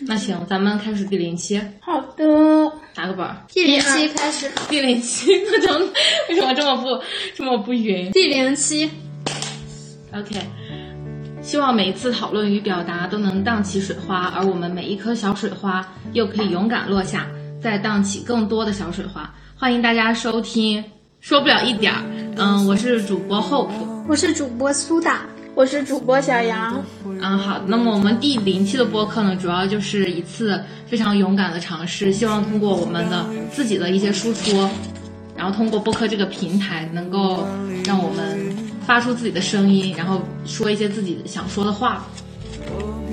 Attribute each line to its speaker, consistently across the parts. Speaker 1: 那行，咱们开始第零期，
Speaker 2: 好的，
Speaker 1: 打个本儿。
Speaker 3: 第零期开始，
Speaker 1: 第零期，为什么为什么这么不这么不匀
Speaker 3: 第零期，
Speaker 1: ？OK，希望每一次讨论与表达都能荡起水花，而我们每一颗小水花又可以勇敢落下，再荡起更多的小水花。欢迎大家收听，说不了一点儿。嗯，我是主播 Hope。
Speaker 3: 我是主播苏打，
Speaker 2: 我是主播小杨，
Speaker 1: 嗯，好。那么我们第零期的播客呢，主要就是一次非常勇敢的尝试，希望通过我们的自己的一些输出，然后通过播客这个平台，能够让我们发出自己的声音，然后说一些自己想说的话。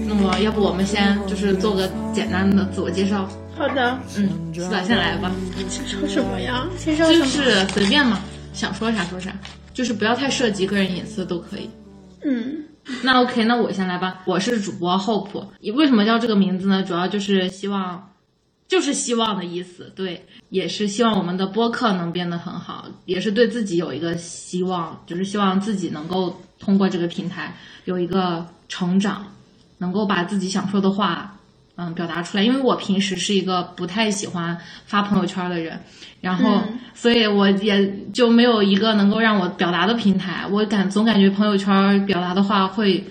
Speaker 1: 那么，要不我们先就是做个简单的自我介绍。
Speaker 2: 好的，
Speaker 1: 嗯，苏打先来吧，
Speaker 2: 先说什么呀？
Speaker 3: 先说什
Speaker 1: 就
Speaker 3: 么？
Speaker 1: 是随便嘛，想说啥说啥，就是不要太涉及个人隐私都可以。
Speaker 2: 嗯，
Speaker 1: 那 OK，那我先来吧。我是主播 Hope，为什么叫这个名字呢？主要就是希望，就是希望的意思。对，也是希望我们的播客能变得很好，也是对自己有一个希望，就是希望自己能够通过这个平台有一个成长，能够把自己想说的话，嗯，表达出来。因为我平时是一个不太喜欢发朋友圈的人，然后，所以我也就没有一个能够让我表达的平台。我感总感觉朋友圈表达的话会，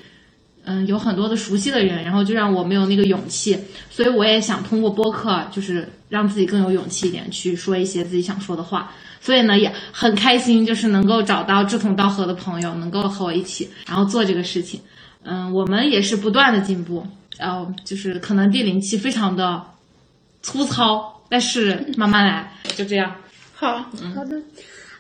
Speaker 1: 嗯，有很多的熟悉的人，然后就让我没有那个勇气。所以我也想通过播客，就是让自己更有勇气一点，去说一些自己想说的话。所以呢，也很开心，就是能够找到志同道合的朋友，能够和我一起，然后做这个事情。嗯，我们也是不断的进步。呃，就是可能第零期非常的粗糙，但是慢慢来，就这样。
Speaker 2: 好，
Speaker 3: 好的，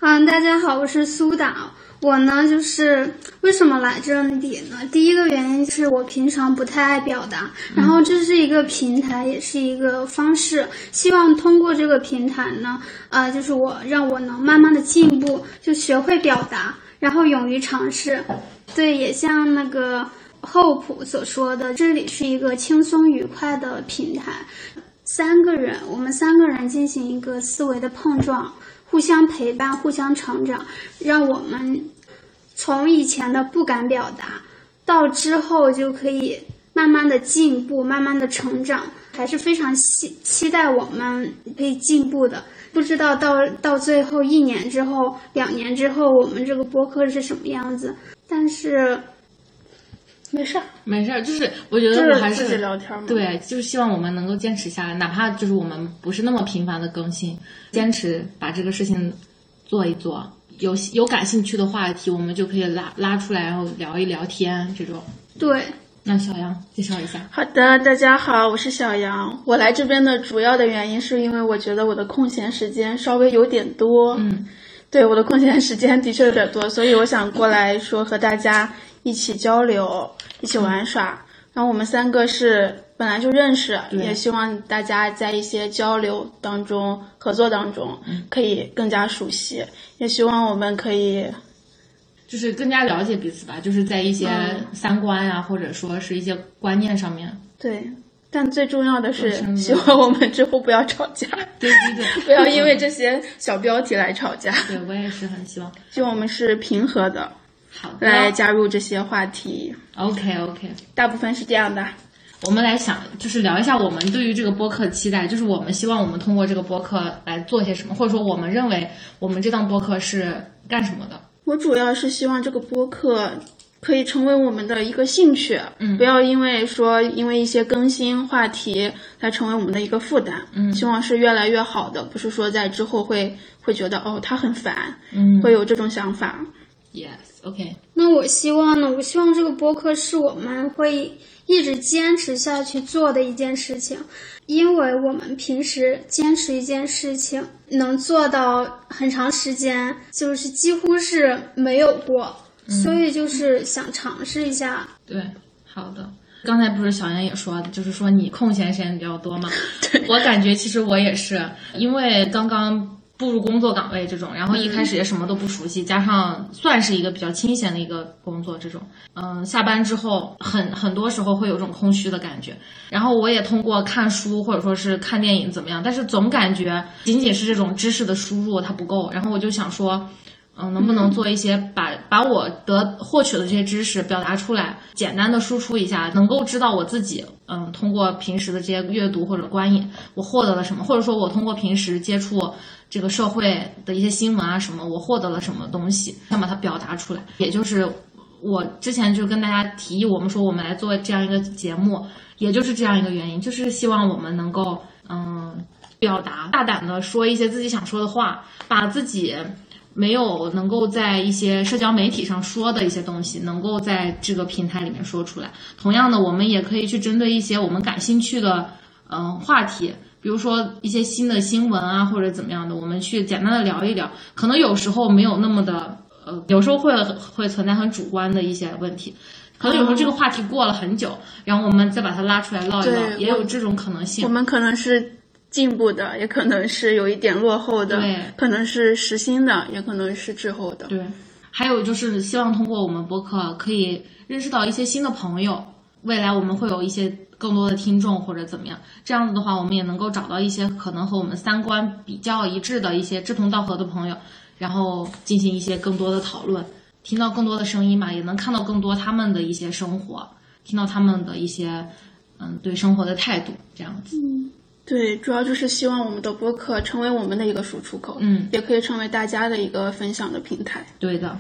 Speaker 3: 嗯，大家好，我是苏打。我呢，就是为什么来这里呢？第一个原因是我平常不太爱表达，然后这是一个平台，也是一个方式，希望通过这个平台呢，呃，就是我让我能慢慢的进步，就学会表达，然后勇于尝试。对，也像那个厚朴所说的，这里是一个轻松愉快的平台，三个人，我们三个人进行一个思维的碰撞，互相陪伴，互相成长，让我们从以前的不敢表达，到之后就可以慢慢的进步，慢慢的成长，还是非常期期待我们可以进步的。不知道到到最后一年之后、两年之后，我们这个播客是什么样子，但是
Speaker 2: 没事儿，
Speaker 1: 没事儿，就是我觉
Speaker 2: 就
Speaker 1: 得我还
Speaker 2: 是自己
Speaker 1: 是
Speaker 2: 聊天嘛。，
Speaker 1: 对，就是希望我们能够坚持下来，哪怕就是我们不是那么频繁的更新，坚持把这个事情做一做。有有感兴趣的话题，我们就可以拉拉出来，然后聊一聊天这种。
Speaker 3: 对，
Speaker 1: 那小杨介绍一下，
Speaker 2: 好的，大家好，我是小杨。我来这边的主要的原因是因为我觉得我的空闲时间稍微有点多，
Speaker 1: 嗯，
Speaker 2: 对，我的空闲时间的确有点多，所以我想过来说和大家一起交流，一起玩耍。然后我们三个是本来就认识，
Speaker 1: 对
Speaker 2: 也希望大家在一些交流当中、合作当中
Speaker 1: 嗯
Speaker 2: 可以更加熟悉，也希望我们可以
Speaker 1: 就是更加了解彼此吧，就是在一些
Speaker 2: 嗯
Speaker 1: 三观呀、或者说是一些观念上面。
Speaker 2: 对。但最重要的
Speaker 1: 更深
Speaker 2: 是，
Speaker 1: 入
Speaker 2: 希望我们之后不要吵架，
Speaker 1: 对对对，
Speaker 2: 不要因为这些小标题来吵 架。
Speaker 1: 对我也是很希望。
Speaker 2: 希望我们是平和的
Speaker 1: 好的，
Speaker 2: 来加入这些话题，
Speaker 1: OK OK，
Speaker 2: 大部分是这样的。
Speaker 1: 我们来想，就是聊一下我们对于这个播客的期待，就是我们希望我们通过这个播客来做些什么，或者说我们认为我们这档播客是干什么的。
Speaker 2: 我主要是希望这个播客可以成为我们的一个兴趣，
Speaker 1: 嗯
Speaker 2: 不要因为说因为一些更新话题来成为我们的一个负担，
Speaker 1: 嗯
Speaker 2: 希望是越来越好的，不是说在之后会会觉得哦他很烦，
Speaker 1: 嗯
Speaker 2: 会有这种想法，
Speaker 1: ，Yes，OK，、
Speaker 3: 那我希望呢，我希望这个播客是我们会一直坚持下去做的一件事情，因为我们平时坚持一件事情能做到很长时间，就是几乎是没有过，
Speaker 1: 嗯
Speaker 3: 所以就是想尝试一下。
Speaker 1: 对，好的。刚才不是小杨也说，就是说你空闲时间比较多嘛。我感觉其实我也是，因为刚刚步入工作岗位这种，然后一开始也什么都不熟悉，加上算是一个比较清闲的一个工作这种，嗯，下班之后很很多时候会有种空虚的感觉。然后我也通过看书或者说是看电影怎么样，但是总感觉仅仅是这种知识的输入它不够。然后我就想说，嗯，能不能做一些把把我得获取的这些知识表达出来，简单的输出一下，能够知道我自己，嗯，通过平时的这些阅读或者观影，我获得了什么，或者说我通过平时接触这个社会的一些新闻啊什么，我获得了什么东西，想把它表达出来，也就是我之前就跟大家提议，我们说我们来做这样一个节目，也就是这样一个原因，就是希望我们能够嗯表达，大胆的说一些自己想说的话，把自己没有能够在一些社交媒体上说的一些东西，能够在这个平台里面说出来。同样的，我们也可以去针对一些我们感兴趣的嗯、呃话题。比如说一些新的新闻啊，或者怎么样的，我们去简单的聊一聊。可能有时候没有那么的，呃，有时候会会存在很主观的一些问题。可能有时候这个话题过了很久，然后我们再把它拉出来唠一唠，
Speaker 2: 对
Speaker 1: 也有这种可能性
Speaker 2: 我。们可能是进步的，也可能是有一点落后的
Speaker 1: 对，
Speaker 2: 可能是实心的，也可能是滞后的。
Speaker 1: 对，还有就是希望通过我们播客可以认识到一些新的朋友，未来我们会有一些更多的听众或者怎么样，这样子的话，我们也能够找到一些可能和我们三观比较一致的一些志同道合的朋友，然后进行一些更多的讨论，听到更多的声音嘛，也能看到更多他们的一些生活，听到他们的一些嗯对生活的态度，这样子。
Speaker 2: 对，主要就是希望我们的播客成为我们的一个输出口，
Speaker 1: 嗯，
Speaker 2: 也可以成为大家的一个分享的平台。
Speaker 1: 对的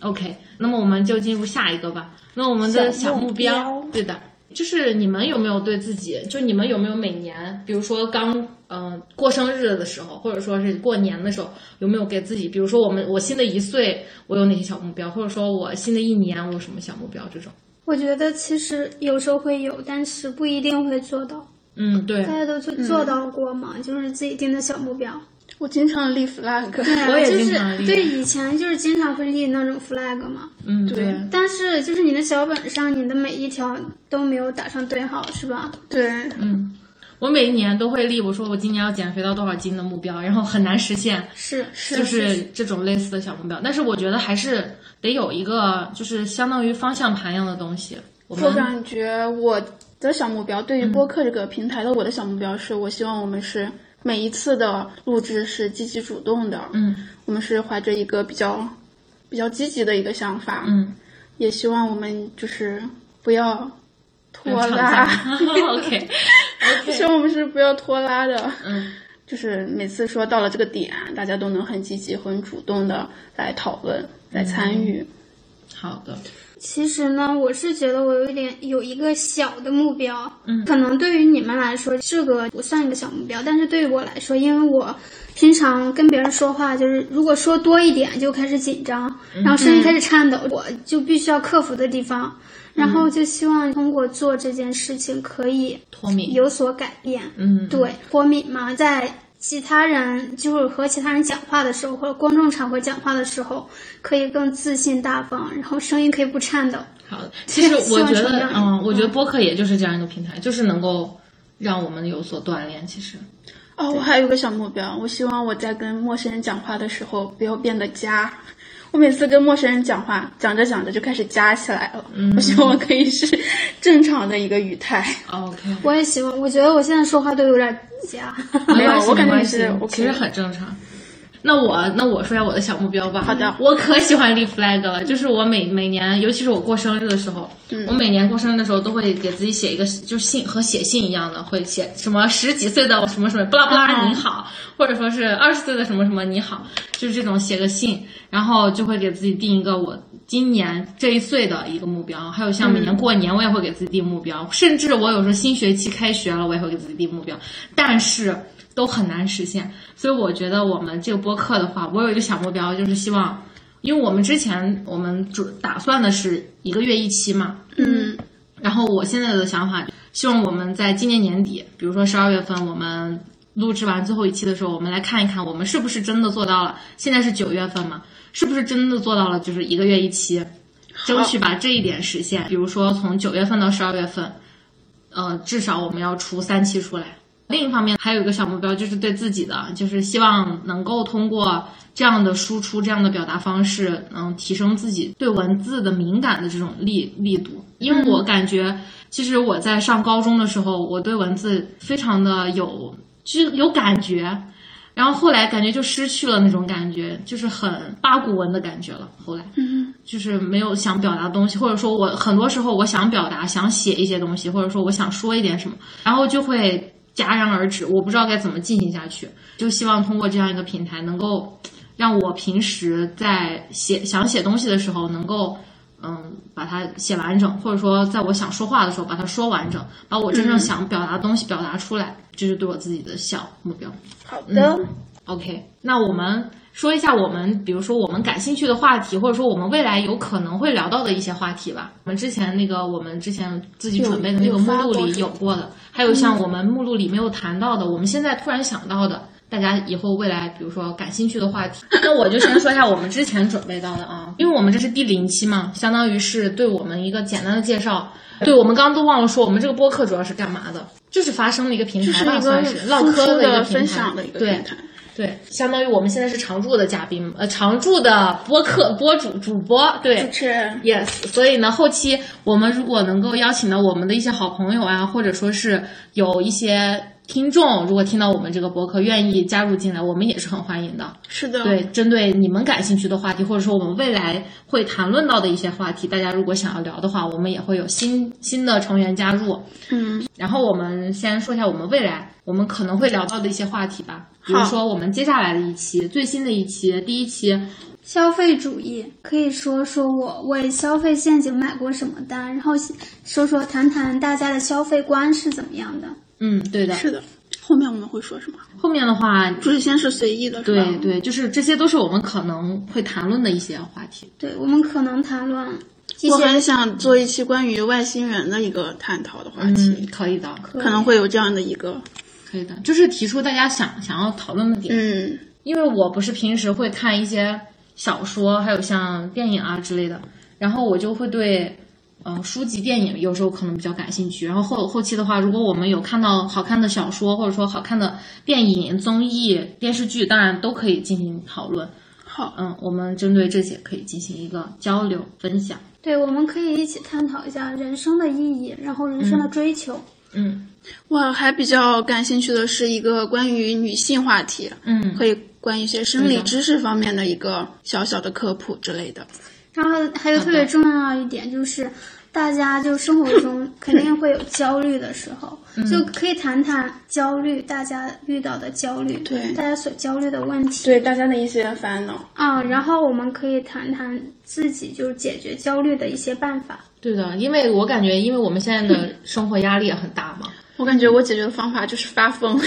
Speaker 1: ，OK，那么我们就进入下一个吧。那我们的
Speaker 2: 小
Speaker 1: 小目
Speaker 2: 目标
Speaker 1: 对的，就是你们有没有对自己，就你们有没有每年，比如说刚嗯、呃过生日的时候，或者说是过年的时候，有没有给自己，比如说我们我新的一岁，我有哪些小目标，或者说我新的一年我有什么小目标这种？
Speaker 3: 我觉得其实有时候会有，但是不一定会做到。
Speaker 1: 嗯，对
Speaker 3: 大，家都做做到过嘛，就是自己定的小目标。
Speaker 2: 我经常立 flag，
Speaker 3: 对，
Speaker 1: 我也
Speaker 3: 就
Speaker 1: 经
Speaker 3: 是
Speaker 1: 常立
Speaker 3: 对以前就是经常会立那种 flag 嘛，
Speaker 1: 嗯，
Speaker 2: 对
Speaker 1: 对，
Speaker 3: 但是就是你的小本上你的每一条都没有打上对号，是吧？
Speaker 2: 对，
Speaker 1: 嗯。我每一年都会立，我说我今年要减肥到多少斤的目标，然后很难实现，
Speaker 3: 是
Speaker 1: 就是是这种类似的小目标。但是我觉得还是得有一个，就是相当于方向盘一样的东西。我
Speaker 2: 我
Speaker 1: 们
Speaker 2: 感觉我的小目标，对于播客这个平台的我的小目标是，我希望我们是每一次的录制是积极主动的，
Speaker 1: 嗯
Speaker 2: 我们是怀着一个比较比较积极的一个想法，
Speaker 1: 嗯，
Speaker 2: 也希望我们就是不要拖
Speaker 1: 很长
Speaker 2: 拉，
Speaker 1: 线 OK
Speaker 2: 希
Speaker 1: OK，
Speaker 2: 望我们是不要拖拉的，
Speaker 1: 嗯
Speaker 2: 就是每次说到了这个点，大家都能很积极、很主动的来讨论、来参与。
Speaker 1: 好的，
Speaker 3: 其实呢，我是觉得我有一点有一个小的目标，
Speaker 1: 嗯
Speaker 3: 可能对于你们来说这个不算一个小目标，但是对于我来说，因为我平常跟别人说话，就是如果说多一点就开始紧张，
Speaker 1: 嗯
Speaker 3: 然后身体开始颤抖，我就必须要克服的地方。
Speaker 1: 嗯
Speaker 3: 然后就希望通过做这件事情可以
Speaker 1: 脱敏，
Speaker 3: 有所改变，
Speaker 1: 嗯，
Speaker 3: 对，脱敏嘛，在其他人就是和其他人讲话的时候，或者公众场合讲话的时候，可以更自信大方，然后声音可以不颤抖。
Speaker 1: 好的。其实我觉
Speaker 3: 希望成
Speaker 1: 得，
Speaker 3: 长
Speaker 1: 嗯，我觉得播客也就是这样一个平台，就是能够让我们有所锻炼。其实，嗯
Speaker 2: 哦，我还有个小目标，我希望我在跟陌生人讲话的时候不要变得夹。我每次跟陌生人讲话，讲着讲着就开始夹起来了。
Speaker 1: 嗯
Speaker 2: 我希望我可以是正常的一个语态。
Speaker 1: OK，
Speaker 3: 我也希望，我觉得我现在说话都有点夹。
Speaker 2: 没有
Speaker 1: 关系
Speaker 2: 我感觉
Speaker 1: 没关系
Speaker 2: 是 OK
Speaker 1: 其实很正常。那我那我说一下我的小目标吧。
Speaker 2: 好的
Speaker 1: 我可喜欢立 flag 了，就是我每每年，尤其是我过生日的时候，
Speaker 2: 嗯
Speaker 1: 我每年过生日的时候都会给自己写一个，就是信和写信一样的，会写什么十几岁的什么什么不拉不拉
Speaker 2: 嗯
Speaker 1: 你好，或者说是二十岁的什么什么你好，就是这种写个信，然后就会给自己定一个我今年这一岁的一个目标，还有像每年
Speaker 2: 嗯
Speaker 1: 过年我也会给自己定目标，甚至我有时候新学期开学了我也会给自己定目标，但是。都很难实现。所以我觉得我们这个播客的话，我有一个小目标，就是希望，因为我们之前我们主打算的是一个月一期嘛，
Speaker 2: 嗯，
Speaker 1: 然后我现在的想法，希望我们在今年年底，比如说十二月份，我们录制完最后一期的时候，我们来看一看，我们是不是真的做到了。现在是九月份嘛，是不是真的做到了，就是一个月一期，争取把这一点实现。比如说从九月份到十二月份，呃，至少我们要出三期出来。另一方面，还有一个小目标就是对自己的，就是希望能够通过这样的输出、这样的表达方式，能提升自己对文字的敏感的这种力力度。因为我感觉，其实我在上高中的时候，我对文字非常的有，就是有感觉。然后后来感觉就失去了那种感觉，就是很八股文的感觉了。后来
Speaker 2: 嗯，
Speaker 1: 就是没有想表达的东西，或者说我很多时候我想表达、想写一些东西，或者说我想说一点什么，然后就会戛然而止，我不知道该怎么进行下去。就希望通过这样一个平台，能够让我平时在写想写东西的时候，能够嗯把它写完整，或者说在我想说话的时候把它说完整，把我真正想表达的东西表达出来，这是对我自己的小目标。
Speaker 2: 好的，
Speaker 1: 嗯 OK，那我们说一下我们，比如说我们感兴趣的话题，或者说我们未来有可能会聊到的一些话题吧。我们之前那个，我们之前自己准备的那个
Speaker 2: 有
Speaker 1: 目
Speaker 2: 发
Speaker 1: 录
Speaker 2: 过嗯
Speaker 1: 里
Speaker 2: 是
Speaker 1: 有过的，还有像我们目录里没有谈到的，我们现在突然想到的，大家以后未来比如说感兴趣的话题， 那我就先说一下我们之前准备到的啊，因为我们这是第零期嘛，相当于是对我们一个简单的介绍。对，我们刚刚都忘了说，我们这个播客主要是干嘛的？就是发声的一个平
Speaker 2: 就是
Speaker 1: 台吧，
Speaker 2: 一
Speaker 1: 算
Speaker 2: 个
Speaker 1: 是唠
Speaker 2: 输
Speaker 1: 嗑
Speaker 2: 出
Speaker 1: 一个
Speaker 2: 的
Speaker 1: 平台，
Speaker 2: 分享的一个
Speaker 1: 对
Speaker 2: 平台。
Speaker 1: 对，相当于我们现在是常驻的嘉宾，呃，常驻的播客播主主播，
Speaker 2: 主
Speaker 1: 对
Speaker 2: 持人，
Speaker 1: ，yes。所以呢，后期我们如果能够邀请到我们的一些好朋友啊，或者说是有一些听众，如果听到我们这个播客愿意加入进来，我们也是很欢迎的。
Speaker 2: 是的，
Speaker 1: 对，针对你们感兴趣的话题，或者说我们未来会谈论到的一些话题，大家如果想要聊的话，我们也会有新新的成员加入。
Speaker 2: 嗯，
Speaker 1: 然后我们先说一下我们未来我们可能会聊到的一些话题吧，比如
Speaker 2: 好
Speaker 1: 说我们接下来的一期最新的一期第一期，
Speaker 3: 消费主义可以说说我为消费陷阱买过什么单，然后说说谈谈大家的消费观是怎么样的。
Speaker 1: 嗯，对的，
Speaker 2: 是的。后面我们会说什么？
Speaker 1: 后面的话，
Speaker 2: 不是先是随意的，是吧
Speaker 1: 对对，就是这些都是我们可能会谈论的一些话题。
Speaker 3: 对我们可能谈论一
Speaker 2: 我
Speaker 3: 些
Speaker 2: 很想做一期关于外星人的一个探讨的话
Speaker 1: 嗯，
Speaker 2: 题，
Speaker 1: 可以的，
Speaker 2: 可能会有这样的一个，
Speaker 1: 可以的，就是提出大家想想要讨论的点，
Speaker 2: 嗯，
Speaker 1: 因为我不是平时会看一些小说，还有像电影啊之类的，然后我就会对，呃，书籍、电影有时候可能比较感兴趣。然后后后期的话，如果我们有看到好看的小说，或者说好看的电影、综艺、电视剧，当然都可以进行讨论。
Speaker 2: 好，
Speaker 1: 嗯，我们针对这些可以进行一个交流分享。
Speaker 3: 对，我们可以一起探讨一下人生的意义，然后人生的追求。
Speaker 1: 嗯
Speaker 2: 我还比较感兴趣的是一个关于女性话题，
Speaker 1: 嗯，
Speaker 2: 可以关于一些生
Speaker 1: 对
Speaker 2: 理
Speaker 1: 的
Speaker 2: 知识方面的一个小小的科普之类的。
Speaker 3: 然后还有特别重要一点就是，大家就生活 中肯定会有焦虑的时候，
Speaker 2: 嗯
Speaker 3: 就可以谈谈焦虑，大家遇到的焦虑，
Speaker 2: 对
Speaker 3: 大家所焦虑的问题。
Speaker 2: 对大家的一些烦恼，
Speaker 3: 啊、然后我们可以谈谈自己就是解决焦虑的一些办法。
Speaker 1: 对的，因为我感觉，因为我们现在的生活压力也很大嘛，
Speaker 2: 我感觉我解决的方法就是发 疯，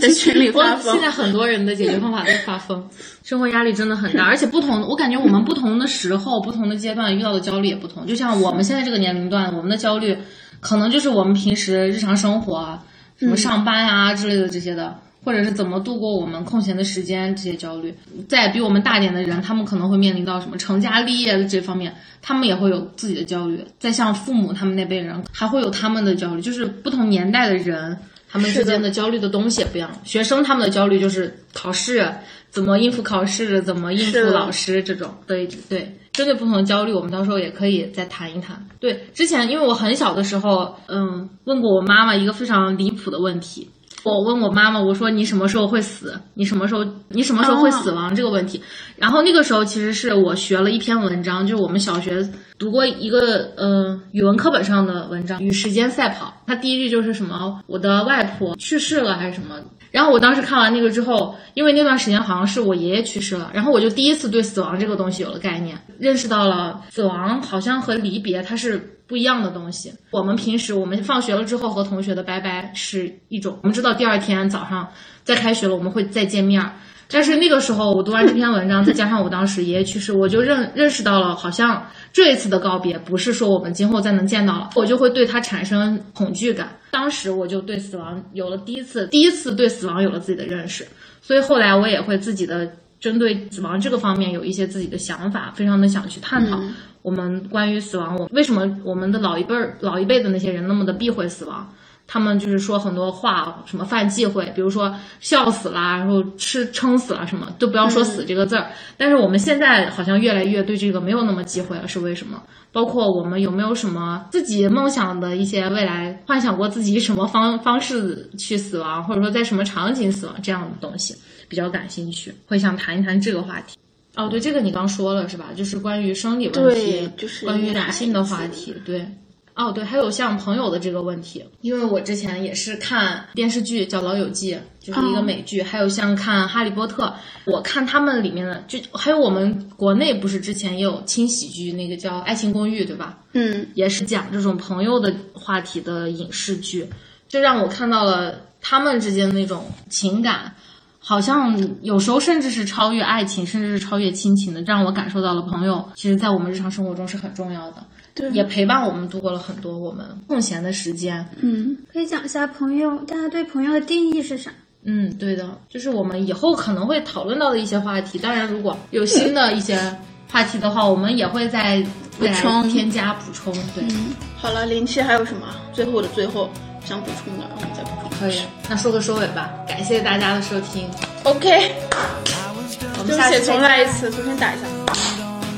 Speaker 2: 在群里
Speaker 1: 我
Speaker 2: 发疯
Speaker 1: 现。在很多人的解决方法都是发疯，生活压力真的很大，而且不同，我感觉我们不同的时候、不同的阶段遇到的焦虑也不同。就像我们现在这个年龄段，我们的焦虑可能就是我们平时日常生活啊、什么上班啊之类的这些的，或者是怎么度过我们空闲的时间这些焦虑。在比我们大点的人，他们可能会面临到什么成家立业的这方面，他们也会有自己的焦虑。再像父母他们那辈人，还会有他们的焦虑，就是不同年代的人。他们之间的焦虑的东西也不一样。学生他们的焦虑就是考试，怎么应付考试，怎么应付
Speaker 2: 是的
Speaker 1: 老师这种。对对，针对不同的焦虑，我们到时候也可以再谈一谈。对，之前因为我很小的时候，嗯，问过我妈妈一个非常离谱的问题。我问我妈妈，我说你什么时候会死？你什么时候你什么时候会死亡这个问题？然后那个时候其实是我学了一篇文章，就是我们小学读过一个呃语文课本上的文章《与时间赛跑》，它第一句就是什么我的外婆去世了还是什么。然后我当时看完那个之后，因为那段时间好像是我爷爷去世了，然后我就第一次对死亡这个东西有了概念，认识到了死亡好像和离别它是不一样的东西。我们平时我们放学了之后和同学的拜拜是一种，我们知道第二天早上再开学了我们会再见面儿，但是那个时候我读完这篇文章，再加上我当时爷爷去世，我就认认识到了，好像这一次的告别不是说我们今后再能见到了，我就会对它产生恐惧感。当时我就对死亡有了第一次，第一次对死亡有了自己的认识，所以后来我也会自己的针对死亡这个方面有一些自己的想法，非常的想去探讨。我们关于死亡，我为什么我们的老一辈儿、老一辈的那些人那么的避讳死亡？他们就是说很多话，什么犯忌讳，比如说笑死啦，然后吃撑死啦什么，都不要说“死”这个字儿。但是我们现在好像越来越对这个没有那么忌讳了，是为什么？包括我们有没有什么自己梦想的一些未来，幻想过自己以什么方方式去死亡，或者说在什么场景死亡这样的东西，比较感兴趣，会想谈一谈这个话题。哦，对，这个你刚说了是吧？就是关于生理问题，
Speaker 2: 对就是
Speaker 1: 关于两性的话题，对。哦，对，还有像朋友的这个问题，因为我之前也是看电视剧叫《老友记》，就是一个美剧，还有像看《哈利波特》，我看他们里面的，就还有我们国内不是之前也有轻喜剧，那个叫《爱情公寓》，对吧？
Speaker 2: 嗯，
Speaker 1: 也是讲这种朋友的话题的影视剧，这让我看到了他们之间那种情感，好像有时候甚至是超越爱情，甚至是超越亲情的，让我感受到了朋友其实在我们日常生活中是很重要的，
Speaker 2: 对，
Speaker 1: 也陪伴我们度过了很多我们空闲的时间。
Speaker 2: 嗯，
Speaker 3: 可以讲一下朋友，大家对朋友的定义是啥？
Speaker 1: 嗯，对的，就是我们以后可能会讨论到的一些话题。当然，如果有新的一些话题的话，我们也会在未来
Speaker 2: 补充嗯
Speaker 1: 添加补充。对，
Speaker 2: 好了，零七还有什么？最后的最后想补充的，我们再补充。
Speaker 1: 可以。那说个收尾吧，感谢大家的收听。
Speaker 2: OK，
Speaker 1: 我们
Speaker 2: 对
Speaker 1: 下
Speaker 2: 不
Speaker 1: 期再
Speaker 2: 起，重
Speaker 1: 见
Speaker 2: 来一次，重新打一下，